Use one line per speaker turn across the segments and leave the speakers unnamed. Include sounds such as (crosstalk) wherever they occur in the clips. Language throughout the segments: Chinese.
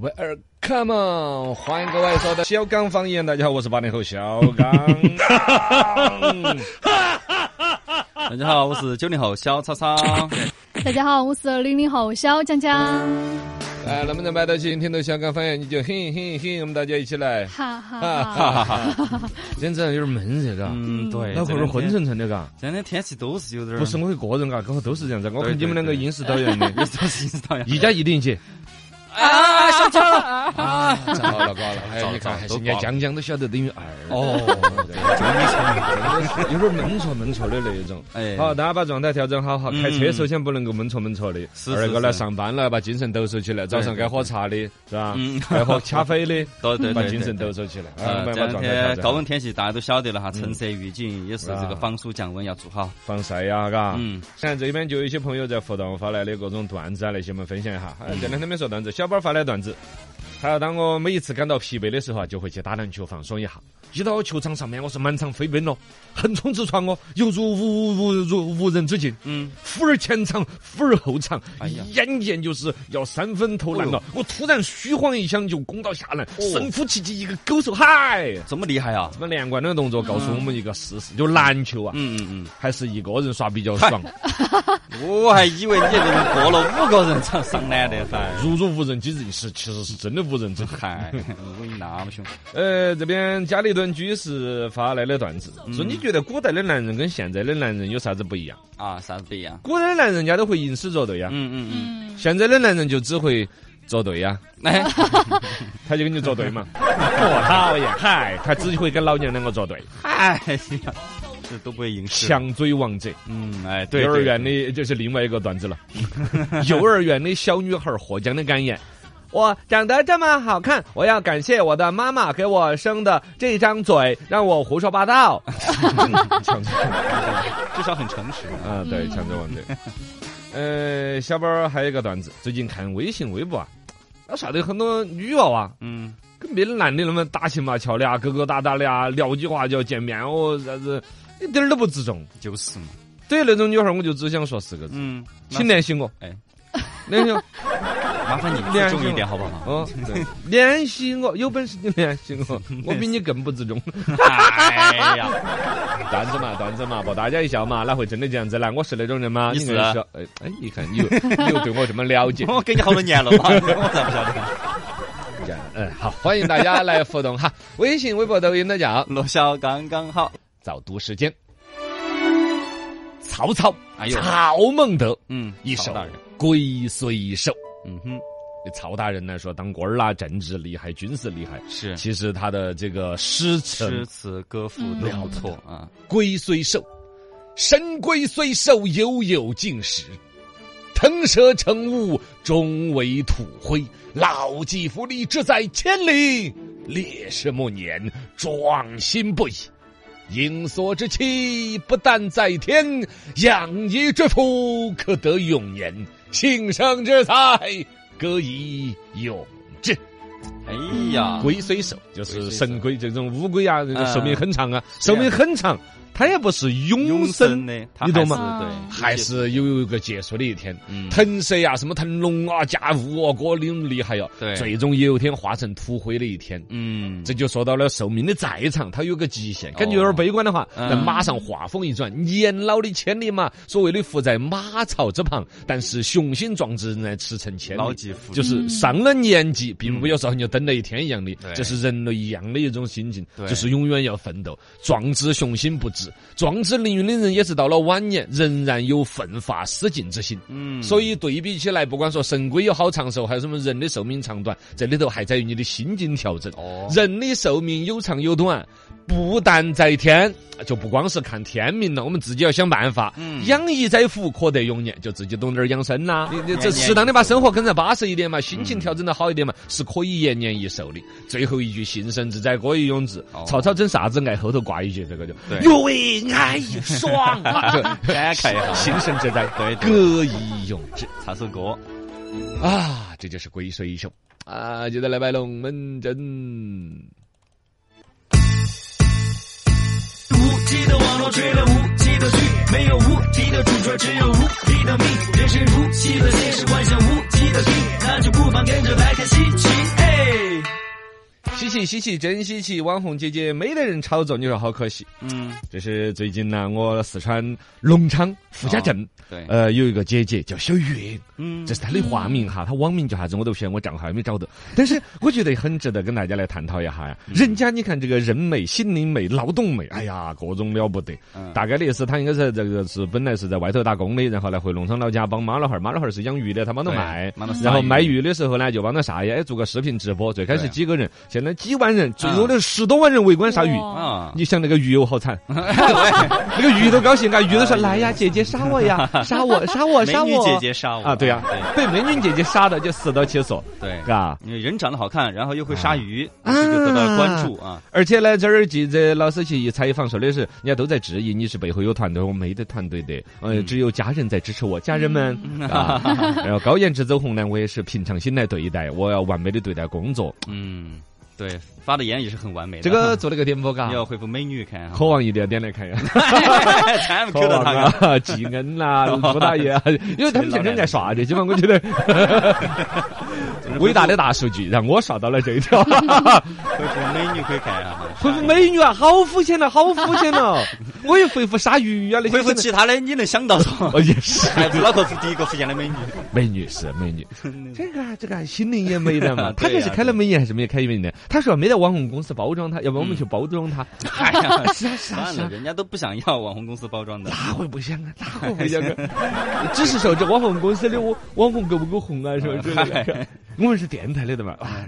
Welcome，on，欢迎各位收到小刚方言。大家好，我是八零后小刚。
大家好，我是九零后小超超。
大家好，我是零零后小江江。
嗯来，能不能买到钱？听到小刚方言你就嘿嘿嘿，我们大家一起来。
哈哈
哈
哈，
哈哈！今天早上有点闷热，嘎，
嗯，对，
脑壳有点昏沉沉的，嘎。
这两天天气都是有点儿
不是我一个人，嘎，刚好都是这样子。我
对
看
对
你们两个
对
阴湿导演的，
也是都是阴到呀。
一加一等于几？
啊，想错了啊！
糟了糟了，哎，
糟
你看
了
还
都
是人家
挂了
江江都晓得等于二。
哦，
有点闷错闷错的那一种。
哎
好，大家把状态调整好哈。
嗯
开车首先不能够闷错闷错的。
是
二
是
个呢，
是
上班了把精神抖擞起来，早上该喝茶的是吧
嗯？
该喝
(laughs)
咖啡的，
对对对
把
对
精神
对
抖擞起来。啊，
呃，
把
这两
状态调
天
整
高
好
温。天气大家都晓得了哈，橙色预警也是这
啊
个防暑降温要做好。
防晒呀，嘎。
嗯，
看这边就有一些朋友在互动发来的各种段子啊，那些我们分享一下。
嗯
哎，这两天没说段子，小宝发来段子。还有，当我每一次感到疲惫的时候啊，就会去打篮球放松一下。一到球场上面，我是满场飞奔咯，横冲直撞哦，犹如无无如无人之境。
嗯，
忽而前场，忽而后场，
哎呀
眼见就是要三分投篮了。我突然虚晃一枪就攻到下篮，神乎其技，一个勾手，嗨！
这么厉害啊！
这么连贯的动作告诉我们一个事实，就篮球啊，
嗯嗯
还是一个人耍比较爽，
嗯，我还以为你这个过了五个人才上篮的，嗨
如入无人之境是其实是真的无人之境。
嗨，我你那么凶，
呃，这边加利顿居士发来的段子，说你觉得古代的男人跟现在的男人有啥子不一样？
啊，啥子不一样？
古代的男人家都会吟诗作对呀，
嗯嗯嗯，
嗯，
现在的男人就只会作对呀。
哎，
他就跟你作对
(laughs)
嘛。我讨厌，嗨，他只会跟老娘两个作对。
哎呀，这都不会赢事。
强追王者，
嗯，哎，对，
幼儿
对
园的这是另外一个
(laughs)
段子了。幼儿园的小女孩获奖的感言。我长得这么好看，我要感谢我的妈妈给我生的 (laughs) 这张嘴，让我胡说
(laughs)
八道。强追
至少很诚实。
啊，对，强追王者。呃，小宝儿还有一个段子，最近看微信、微博啊，那上头很多女娃娃
嗯，
跟别的男的那么打情骂俏的啊，勾勾搭搭的啊，聊几话就要见面哦，啥子一点儿都不自重。
就是嘛。
对于那种女孩儿，我就只想说四个字：
嗯，
请联系我。
哎，
联系我，
麻烦你们
两
注重
句
一点好不好？
哦， (laughs) 对，联系我，有本事你联系 (laughs) 我，我比你更不自重。 (laughs)
哎呀，
段子嘛，段子嘛，博大家一笑嘛，哪会真的这样子呢？我是那种人吗？
你是
硬是说哎哎，你看你又你又对我这么了 (laughs) 解，
我跟你好多年了嘛， (laughs) 我咋不晓得？
嗯，好，欢迎大家来互动哈，微信、微博、抖音都叫
罗小刚刚好。
早读时间。曹操，
哎呦，
曹孟德，
嗯，
一首
曹大人，
龟虽寿。
嗯哼，
曹大人来说，当官儿啦，政治厉害，军事厉害，
是
其实他的这个诗
诗
词
词歌赋
嗯
都不错啊。
“龟虽寿，神龟虽寿，犹有竟时。腾蛇乘雾，终为土灰。老骥伏枥，志在千里。烈士暮年，壮心不已。应所之期，不但在天，养怡之福，可得永年。幸生之才，可以永志。”嗯
哎呀，
龟虽寿，就是神龟这种乌龟啊，这个
嗯
寿命很长啊，
这
寿
样
命很长，它也不是永
永生
生，
呢，他
你懂吗
还是对，
还是有一个结束的一天。
嗯，
腾蛇呀，什么腾龙啊、驾雾啊，各种厉害呀，
对
最终也有一天化成土灰的一天。
嗯，
这就说到了寿命的再长，它有个极限。感觉有
哦
点悲观的话，
嗯
那马上话锋一转，年老的千里马，所谓的伏在马槽之旁，但是雄心壮志仍然驰骋千里
老。骥伏枥，
就是上了年纪，并不有时候你就等了一天一样的
嗯对，
这是人类一样的一种心境，
对
就是永远要奋斗，壮志雄心不止，壮志凌云的人也是到了晚年仍然有奋发思进之心。
嗯，
所以对比起来，不管说神龟有好长寿，还有什么人的寿命长短，这里头还在于你的心境调整。
哦，
人的寿命有长有短，不但在天，就不光是看天命了，我们自己要想办法。
嗯
养怡在福，可得永年，就自己懂点儿养生啦。你你这
延年
适当的把生活跟着巴适一点嘛，心情调整的好一点嘛，
嗯
是可以延年益寿的。最后一句“幸甚至哉，歌以咏志
哦”，
曹操整啥子爱后头挂一句这个就
对
“若为安逸爽”，啊就
感慨一下，
幸甚至哉，
对 (laughs) 对
歌以咏志。
唱首歌，
啊，这就是龟水手啊！接着来摆龙门阵。
无极的网络追了无极的剧，没有无敌的主角，只有无敌的命。人生如戏的现实，幻想无极的病，那就不妨跟着来看稀奇。哎，
稀奇稀奇，真稀奇！网红姐姐没得人炒作，你说好可惜。
嗯，
这是最近呢，我四川隆昌傅家镇，
哦对，
呃，有一个姐姐叫小月，
嗯
这是她的化名哈，她网名叫啥子我都不晓得，我账号还没找到。但是我觉得很值得跟大家来探讨一下呀。
嗯
人家你看这个人美、心灵美、劳动美，哎呀，各种了不得。
嗯
大概的意思，她应该是这个是本来是在外头打工的，然后来回农村老家帮妈老汉儿，妈老汉儿是养鱼的，她帮
嗯
她
对
卖。
妈妈撒
然后卖鱼的时候呢，就帮他杀鱼，哎，做个视频直播。最开始
哎对啊嗯
几个人，现在几万人，最多的十多万人围观杀鱼。
哇
啊，
你想那个鱼有好惨，
(laughs)
(laughs) 那个鱼都高兴啊，鱼都说来呀，姐姐杀我呀，
(laughs)
杀我杀我
哎美
杀
女
我
姐哎姐杀我
啊，对呀、被美女姐姐杀的就死得其所，
对对，
嘎。
因为人长得好看，然后又会杀鱼，
啊
这就得到了关注啊。
而且呢，这儿记者老师去一采访说的是，人家都在质疑你是背后有团队，我没得团队的，呃，
嗯
只有家人在支持我，家人
嗯
们啊。 (laughs) 然后高颜值走红呢，我也是平常心来对待，我要完美的对待工作，
嗯，对，发的言也是很完美的。
这个做了个点播嘎
你。要恢复美女看啊，
渴望一点点来 (laughs) 看呀，
(laughs) 全部
渴
Q 到
望
他了。
啊，季恩啦，吴大爷 (laughs) 啊，因为他们平常在刷这些嘛，我觉 (laughs) 得伟大的大数据让我刷到了这一 (laughs) 条，
恢复美女可以看啊，
恢复美女啊，好肤浅了，好肤浅 (laughs) 了，我也恢复鲨鱼啊那些
恢复
真的
其他的你能想到什么？
(laughs) 哦也是
(laughs) 还不脑壳是第一个浮现的美女。
美女是美女，这个啊这个啊心灵也美的 (laughs) 嘛，他
对
这
呀
是开了美颜还是没有开美颜？他说没得网红公司包装他，要不然我们去包装他，
哎呀，
嗯 (laughs) 是啊是啊
(laughs) 算
是
了，
啊。
人家都不想要网红公司包装的。 (laughs)
哪会不想 (laughs) 啊？哪会不想啊？只是说这网红公司的网网红够不够红啊？是不是？我们是电台来的嘛？啊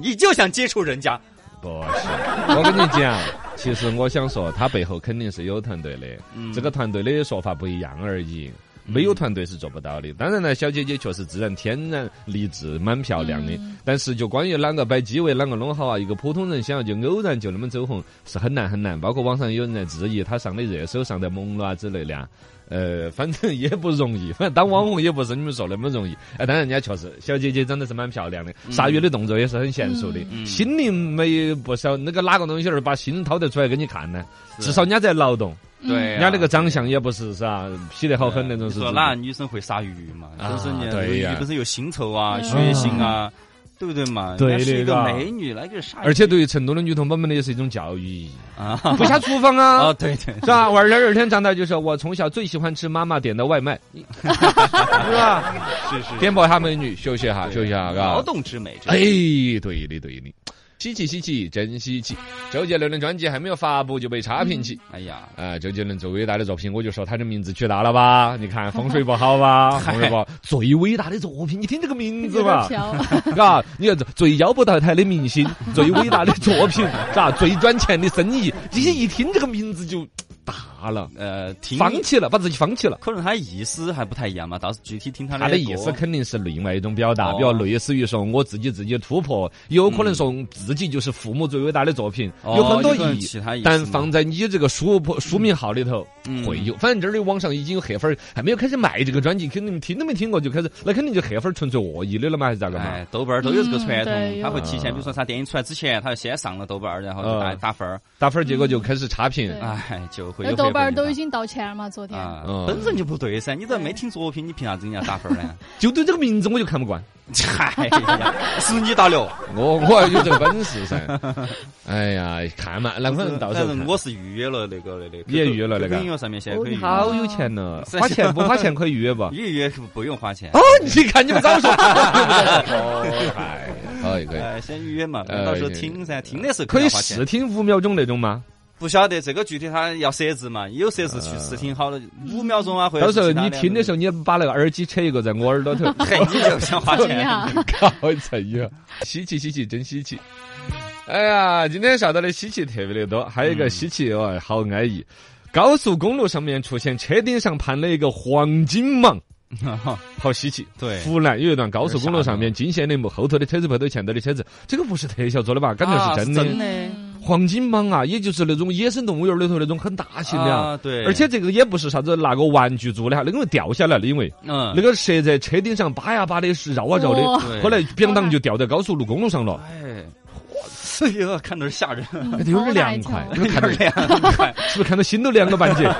你就想接触人家，
不是， (laughs) 我跟你讲，其实我想说，他背后肯定是有团队的，
嗯
这个团队的说法不一样而已。没有团队是做不到的。当然了，小姐姐确实自然、天然、励志，蛮漂亮的。
嗯
但是就关于啷个摆机位、啷个弄好啊，一个普通人想要就偶然就那么走红，是很难很难。包括网上有人在质疑她上的热搜、上的猛了啊之类的啊。呃， (laughs) 反正也不容易， (laughs) 反正当网红也不是你们说那么容易。 (laughs) 哎，当然人家确实，小姐姐长得是蛮漂亮的，杀鱼的动作也是很娴熟的，
嗯
心灵没不少。那个哪个东西儿把心掏得出来给你看呢？
是
至少人家在劳动，
对
嗯
啊
人
呀
家那个长相也不是啥洗得好狠那种
嗯你
是。
说那女生会杀鱼嘛？
啊
本身你
对呀
鱼本身有腥臭啊、
嗯
血腥啊，对不对嘛？
对的
人家是一个
嘎
美女，来个杀鱼，
而且对于成都的女同胞们的也是一种教
(laughs)
育意义，
啊，
不下厨房 (laughs)
(laughs)
啊。
哦，对对，
是吧？我儿儿天长大就说，我从小最喜欢吃妈妈点的外卖， (laughs) 是吧？
是是
颠簸一下美女，休息一下，休息一下，嘎
劳。动之美，这
哎，对的，对的，稀奇稀奇，真稀奇！周杰伦的专辑还没有发布就被差评起。
哎呀，
啊，周杰伦最伟大的作品，我就说他的名字取大了吧？你看风水不
(laughs)
好吧？风水不好，最伟大的作品，你听这个名字
有点
嘛，
飘，
(laughs) 嘎，啊你看最要不倒台的明
(laughs)
星，最伟大的作品，嘎，最赚钱的生意，这些一听这个名字就大了，
呃，听
放起了，把自己放起了。
可能他意思还不太一样嘛，到时具体听他
他的
歌
意思肯定是另外一种表达，
哦嗯
比如类似于说我自己自己突破，有可能说自己就是父母最伟大的作品，
哦
有很多
有可能
意义
其他意。思
但
嘛
放在你这个书破书名号里头
嗯
会有，反正这儿的网上已经有黑粉儿还没有开始卖这个专辑，肯定听都没听过就开始，那肯定就黑粉儿纯粹恶意的了嘛，还是咋个嘛？
哎，豆瓣儿都有这个传
嗯对
统，
有
他会提前，比如说他电影出来之前，他要先上了豆瓣儿，然后就打
嗯
打分儿，
打分儿结果
嗯
就开始差评，
对
哎， (laughs) 就会
那
有
豆瓣
回
儿
复
都
的
已经道歉了嘛，昨天。
啊
嗯，
本身就不对噻，你都没听作
嗯
品，你凭啥子人家打分儿呢？
就对这个名字我就看不惯。
哎呀，是你打六，
我我要有这个本
(laughs)
事噻！哎呀，看嘛，那反正到时
但
候
是
看。
我是预约了那个那个，
你也预约了那个
音乐上面现在
哦
可以
你
预约
好有钱呢，花钱不花钱可以预
(laughs)
约吧？
预约是不用花钱
哦，，你看你
(laughs)
们早说！哎，可以可以，
呃，先预约嘛，
呃
到时候听噻，听的时候
可以
要花钱
试。听五秒钟那种吗？
不晓得这个具体他要设置嘛，有设置去试听好了五秒钟啊，或者
到时候你听的时
候，
候，你把那个耳机扯一个在我耳朵头，
嘿，你就想花
怎
(laughs)
么
钱。
样？
搞一层呀！稀奇稀奇，真稀奇！哎呀，今天晓得的稀奇特别的多，还
嗯
有一个稀奇哦，好安逸。高速公路上面出现车顶上盘了一个黄金蟒，好稀奇。
对
湖南有一段高速公路上面惊现的幕，后头的车子拍到前头的车子，这个不是特效做的吧？感觉是真的。
嗯
啊是真的
黄金蟒啊，也就是那种野生动物园里头那种很大型的啊。
啊对
而且这个也不是啥子拿个玩具做的哈，那个会掉下来的，因为
嗯
那，个蛇在车顶上扒呀扒的，是绕啊绕的
(laughs)
哇，
对
后来咣当就掉在高速路公路上了，
哎，嚯，这个看着吓人，
哎有点凉快
好，
有点看着
这样，
是不是看到心都凉了半
(laughs)
截？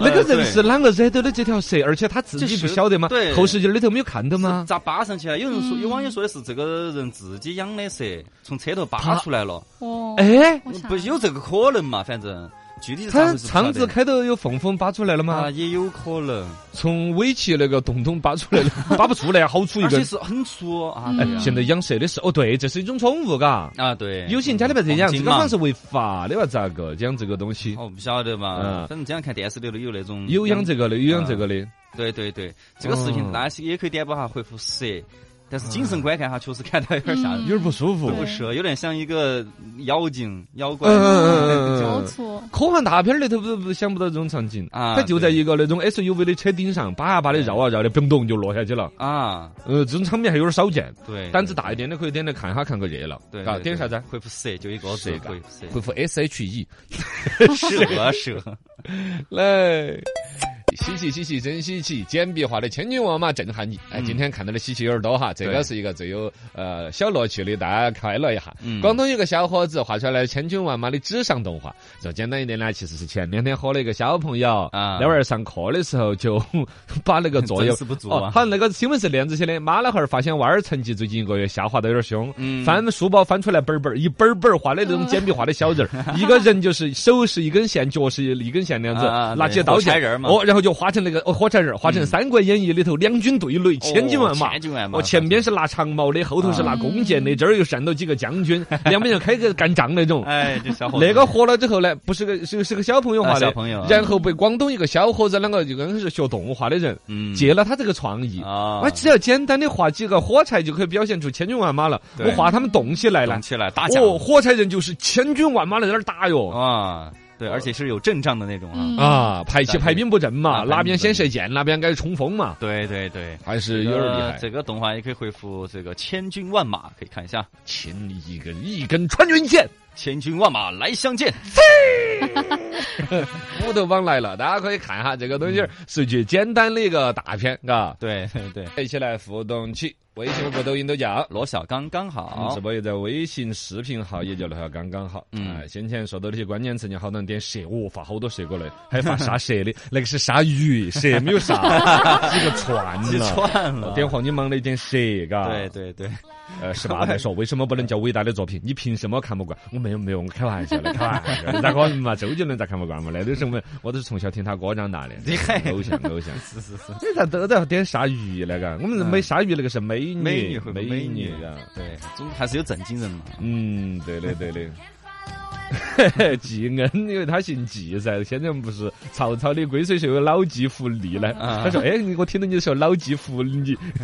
那个人是啷个惹到的这条蛇？而且他自己不晓得吗？
这呃是对
后视镜里头没有看到吗？
咋扒上去啊了？有人说，
嗯
有网友说的是这个人自己养的蛇，从车头
他
扒出来了，
哦，
哎，
我想
不有这个可能嘛？反正具体是咋回
他
事不晓
肠
得
子开头有缝缝扒出来了
啊，
吗？
也有可能，
从尾鳍那个洞洞扒出来了， (laughs) 扒不出来，好粗一
而且
根。
是很粗啊。
嗯
对
哎
啊
现在养蛇的是哦，对，这是一种宠物，嘎。
啊，对，
有些人家里边这样，
黄
这
金
个好像
蟒
是违法的吧？咋个养这个东西？
哦，不晓得嘛，
嗯
反正经常看电视里头有那种
有养这个的，有养这个的。
对对对，这个视
哦
频大家也可以点播哈，回复蛇。但是谨慎观看哈，确实看到有点吓人，
嗯
有点不舒服
有。
对
不蛇，有点像一个妖精妖怪
嗯嗯嗯
好
嗯。
粗，
科幻大片儿里头不不想不到这种场景
啊
它就在
对
一个那种 SUV 的车顶上，叭呀叭的绕啊绕的，嘣咚就落下去了。
啊。
呃，这种场面还有点少见，
对，
胆子大一点的可以点来看哈，看个热闹。
对，
嘎，
对
点啥子？？
回复蛇就一个字
蛇，嘎
回复蛇，
回复 S H E
蛇蛇。
来。稀奇稀奇，真稀奇！简笔画的千军万马震撼你。哎，今天看到的稀奇有点多哈，这个
嗯对
是一个最有呃小乐趣的，大家快乐一下。
(laughs) 嗯
广东有个小伙子画出来了千军万马的纸上动画，说简单一点呢，其实是前两天和了一个小朋友，
啊
那会儿上课的时候就 (laughs)
(laughs)
把那个作业
真是不做啊
哦好像那个新闻是那样子写的，妈老汉儿发现娃儿成绩最近一个月下滑的有点凶，
嗯
翻书包翻出来本儿本儿，一本儿本儿画的那种简笔画的
(laughs)
小人儿，一个人就是手是一根线，脚是一根线那样子，
啊啊
拿起
对
刀
火柴
剑
人儿嘛
哦，然后就画成那个哦火柴人儿，画成《
嗯
三国演义》里头两军对垒，千军万马
千。军万马。嗯
哦，前边是拿长矛的，后头是拿弓箭的，这儿又站到几个将
(laughs)
军，两边又开个干仗那种。
(laughs) 哎，这小伙子
那个火了之后呢，不是个是是个小朋友画
啊
的，
小朋友啊
然后被广东一个小伙子，啷个就应该是学动画的人，
嗯
借了他这个创意。
啊
我，只要简单的画几个火柴就可以表现出千军万马了。
对
我画他们动起来了
动，起来打架
哦，火柴人就是千军万马在那儿打哟。
啊，对，而且是有阵仗的那种啊。
嗯，
啊，排起排兵布阵嘛，
啊
哪边先射箭，哪边该冲锋嘛，
对对对，
还是有点厉
呃
害。
这个动画也可以回复这个千军万马，可以看一下。
千里一根一根穿云箭，
千军万马来相
(laughs)
见。
虎头帮来了，大家可以看哈，这个东西是句简单的一个大片，嘎，
对对对，
一起来互动起，微信、微博、抖音都叫。
罗小刚刚
我们
好
直。播也在微信视频号也叫了下刚刚好。
嗯
哎，先前说到那些关键词，你好难点蛇，哦，发好多
(laughs)
蛇过来，还发啥蛇的？那个是鲨鱼，蛇没有鲨，
(laughs)
是个串
记
了。
串了，
点黄金忙的点蛇，嘎。
对，对对， (laughs)
呃，十八在说为什么不能叫伟大的作品？你凭什么看不惯？我没有没有，我开玩笑的，开玩笑的，咋可能嘛？周杰伦咋看不惯嘛？那都是我们，我都是从小听他歌长大的，
(laughs) 厉害
偶像偶
(laughs)
像。
是是
(laughs)
是，
你咋都在点鲨鱼那个？我们美鲨鱼那个是美女，
美女会不会
美
美
女
女
啊。
对，总还是有正经人嘛。
嗯，对的，对
(laughs)
的。季恩，因为他姓季噻，现在不是曹操的龟孙秀有老骥伏枥呢。
啊
他说：“哎，你我听到你说老骥伏枥，
(laughs)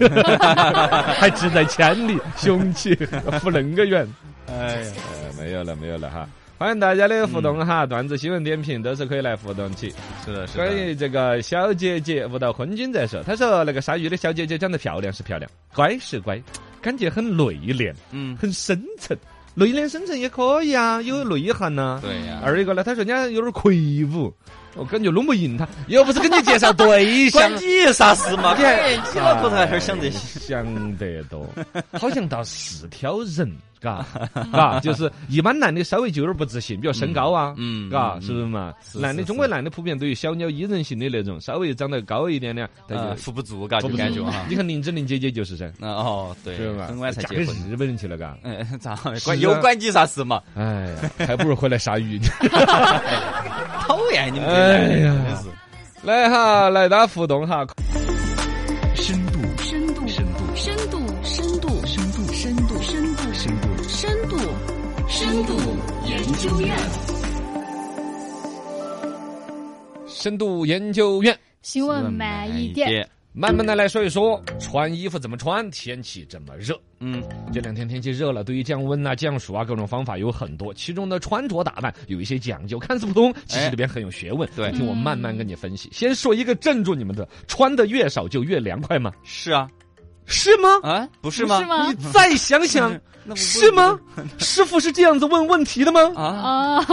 还志在千里，雄起伏恁个远。
哎呀，嗯
呃”没有了，没有了哈。欢迎大家的互动哈，段子、新闻点评都是可以来互动起。
是的，是
关
的。
于这个小姐姐，舞蹈昏君在说，他说那个鲨鱼的小姐姐长得漂亮是漂亮，乖是乖，感觉很内敛。
嗯，
很深沉，内敛深沉也可以啊，有内涵呐。
对呀、
二一个呢，他说人家有点魁梧，哦我感觉弄不赢他，又不是跟你介绍对
(laughs)
象。
你啥事嘛？你还你老婆头还
哎
是想这些？
想得多，好像倒是挑人，嘎，嘎，就是一般男的稍微就有点不自信，比如身高啊，
嗯，
嘎，
嗯
是不是？嘛？
是
男的，
是
中国男的普遍都有小鸟依人型的那种，稍微长得高一点的，他
呃，
就
扶不住，嘎，
坐
就
不住
感觉
啊
哈。
你看林志玲姐姐就是噻，
那哦，对，
是
(laughs)
吧
很晚？才
嫁
结
给
婚。
日本人去了，嘎。
哎
嗯，咋
是啊
关又关你啥事嘛？
哎呀，还不如回来杀鱼。
讨厌你们这些
哎
人，
呀
真的是。
来哈，来打互动哈。
深度
深度，
深度
深度，深度，深度，深度，深度，
深度，
深度，深度研究院。
深度研究院，
询问满意点，
慢慢的来说一说穿衣服怎么穿，天气这么热。
嗯，
这两天天气热了，对于降温啊、降暑啊各种方法有很多，其中的穿着打扮有一些讲究，看似普通，其实里边很有学问。
对
听我慢慢跟你分析。先说一个镇住你们的：穿的越少就越凉快吗？
是啊，
是吗？
啊，不是
不
吗？
是吗
你再想想，是吗？师傅是这样子问问题的吗？
啊，
啊，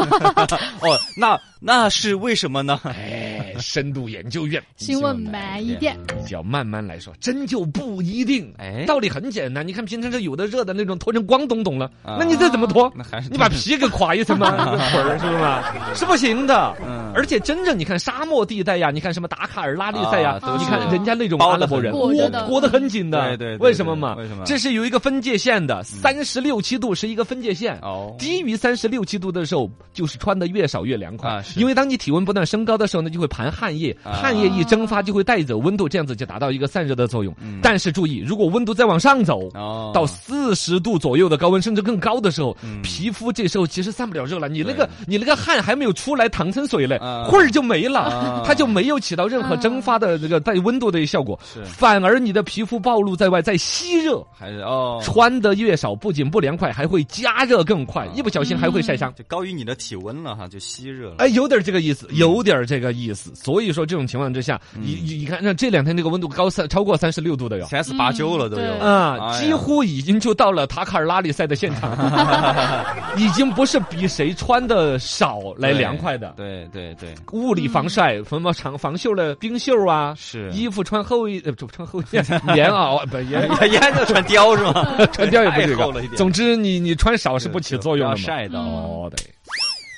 哦，那那是为什么呢？
哎，深度研究院，
询问买一点，
只要慢慢来说，真就不一定。
哎
道理很简单，你看平常这有的热的那种脱成光东东了，
啊
那你这怎么脱？
那还是
你把皮给垮一
(laughs)
层嘛，那个腿儿是吧？ (laughs) 是不行的。
嗯
而且真正你看沙漠地带呀，你看什么达喀尔、拉力赛
啊
呀
都，
你
是
看人家那种
包
阿
得
拉伯
很
人，
裹
裹
着的
裹得很紧
对
的。
对对
为什么嘛？
对为什么嗯
这是有一个分界线的，三十六七度是一个分界线。
哦
低于三十六七度的时候，就是穿的越少越凉快，
啊是
因为当你体温不断升高的时候呢，就会盘汗液，
啊
汗液一蒸发就会带走温度，这样子就达到一个散热的作用。
嗯
但是注意，如果温度再往上走，
哦
到四十度左右的高温，甚至更高的时候，
嗯
皮肤这时候其实散不了热了，你那个你那个汗还没有出来淌成水嘞，
啊
会儿就没了，
啊
它就没有起到任何蒸发的这个带温度的效果，
是
反而你的皮肤暴露在外在吸热。
还是哦，
穿的越少，不仅不凉快，还会加热更快，一不小心还会晒伤。
就高于你的体温了哈，就吸热了。
嗯哎，有点这个意思，有点这个意思。所以说，这种情况之下，你你你看，那这两天这个温度高三超过三十六度的哟，
三十八九了都有
嗯对
啊，
哎呀
几乎已经就到了塔卡尔拉力赛的现场， (laughs) 已经不是比谁穿的少来凉快的。
对对对，对
物理防晒，什么长防袖的冰袖啊，
是
衣服穿厚一呃不穿厚一 (laughs) 点，棉袄啊不棉
他 (laughs) 烟就穿貂是
(laughs)
吗？
穿貂也不是
太厚了一
这
点
个。总之你，你穿少是不起作用的
就
嘛
不要。晒到。
嗯
哦，对。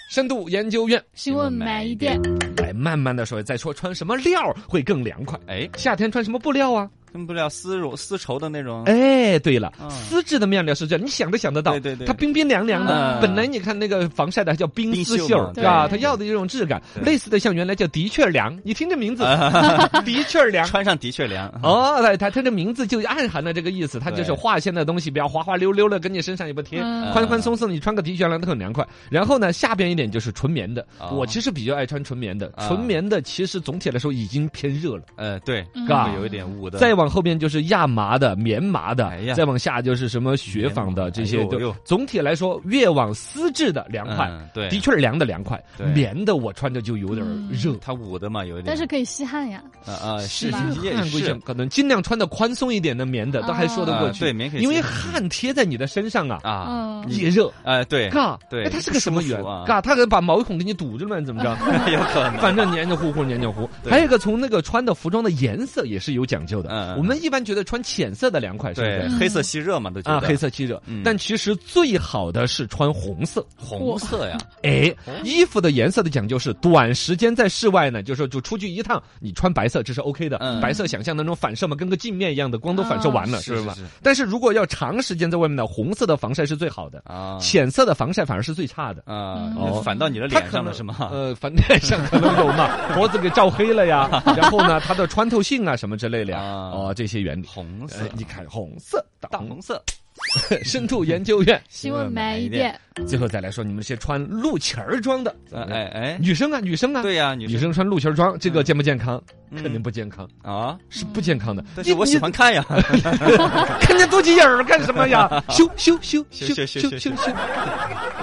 深度研究院
询问买一点，
来慢慢的说，再说穿什么料会更凉快。
哎，
夏天穿什么布料啊？
跟不了丝绒丝绸的那种。
哎，对了，
嗯
丝质的面料是这样，你想都想得到，
对对对
它冰冰凉凉的。
嗯
本来你看那个防晒的还叫冰丝
冰袖
袖
嘛，
对吧？它
对
要的这种质感，
对
类似的像原来叫的确凉，你听这
(laughs)
名字，的确凉。
穿上的确凉。嗯
(laughs) 哦，对它它这名字就暗含了这个意思，它就是
对
化纤的东西，比较滑滑溜溜的，跟你身上也不贴，
嗯
宽宽松松，你穿个 T 恤凉的很凉快。然后呢，下边一点就是纯棉的，
哦
我其实比较爱穿纯棉的，
啊
纯棉的其实总体来说已经偏热了。
呃，对，
嗯
嘎
会有一点雾的。
再往后边就是亚麻的、棉麻的，
哎呀
再往下就是什么雪纺的
棉麻
这些
哎呦
都。
哎呦
总体来说，越往丝质的凉快，
嗯对
的确是凉的凉快。
对
棉的我穿着就有点热。
它捂的嘛，有一点。
但是可以吸汗呀。
啊啊，是
吧
你也
汗归
是
汗可能尽量穿的宽松一点的棉的，都还说得过
啊
去。
对棉可以
因为
接受
汗贴在你的身上啊，
啊，
嗯，
也热。
哎，对，
嘎，
对
哎它是个什么圆
舒服啊
嘎，它可能把毛孔给你堵着了，你怎么着？
(laughs)
(laughs)
有可能。
反正黏黏糊糊，黏黏糊。
对
还有一个，从那个穿的服装的颜色也是有讲究的
嗯。嗯
我们一般觉得穿浅色的凉快，是不
对
嗯
是？，
黑色吸热嘛，都觉
啊，
得
黑色吸热
嗯，
但其实最好的是穿红色。
红色呀，
哎，
嗯
衣服的颜色的讲究是，短时间在室外呢，就是说就出去一趟，你穿白色这是 OK 的。
嗯
白色想象的那种反射嘛，跟个镜面一样的，光都反射完了，
啊
是吧
是是是？
但是如果要长时间在外面呢，红色的防晒是最好的，
啊
浅色的防晒反而是最差的。
啊，
嗯
哦
反到你的啊
它
脸
可
上
能
了是吗？
呃，反面上可能有
(laughs)
嘛，脖子给照黑了呀，然后呢，它的穿透性啊什么之类的呀，
啊
哦，这些原理。
红
呃
色，，
你看红色，
大
大红
红色，
(laughs) 深度研究院，
询问买一点，
最后再来说你们这些穿露脐儿装的，
哎哎
女生啊，女 (laughs) 生啊，
哎，对呀，女
女生穿露脐儿装，这个健不健康？
嗯
肯定不健康，
啊，
是不健康的。
但是我喜欢看
(laughs)
呀，
看见肚脐眼儿干什么
(laughs)
呀？羞羞羞
羞羞
羞
羞
羞羞！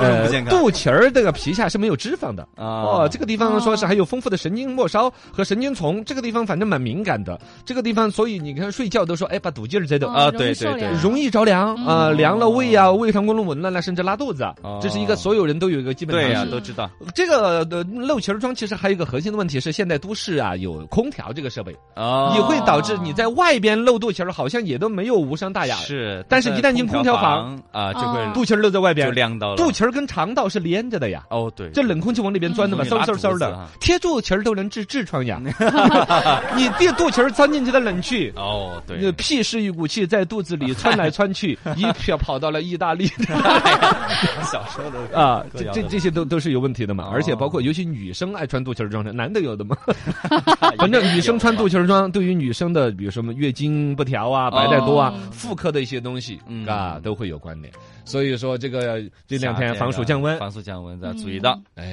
为什么不健康
呃肚脐儿这个皮下是没有脂肪的。
啊
哦，这个地方说是还有丰富的神经末梢和神经丛，这个地方反正蛮敏感的。这个地方，所以你看睡觉都说，哎，把肚筋儿摘掉，
啊
哦容易
对
受
对对
凉
容易着凉
嗯
啊、凉了胃啊，胃肠功能紊乱了，甚至拉肚子啊
哦。
这是一个所有人都有一个基本常
对
识。
呀，
是
都知道
这个呃漏气儿装其实还有一个核心的问题是，现在都市啊有空调这个设备，
啊
也会导致你在外边漏肚脐儿，好像也都没有无伤大雅。
是，
但是一旦进空
空
调
房啊，就
哦
会
肚脐儿漏在外边
就，亮到了
肚脐儿跟肠道是连着的呀。
哦，对，
这冷空气往里边钻的嘛，
嗯
嗖嗖嗖
拉肚子
的
啊，
贴肚脐儿都能治痔疮
(laughs)
呀。你地肚脐儿钻进去的冷气，
哦
(laughs)
(laughs)
那
对，
屁是一股气在肚子里窜来窜
(laughs)
去，一票跑到了意大利
小时候的
啊，
各
这
样
这
的
这些都都是有问题的嘛。
哦
而且包括尤其女生爱穿肚脐儿装的，男的有的嘛。反正女生穿肚脐儿装，对于女生的比如什么月经不调啊、白带多啊、妇科的一些东西
嗯
啊，都会有
哎
关联。所以说这个这两天防暑降温，嗯
嗯
防暑降温，咱注意到。
哎，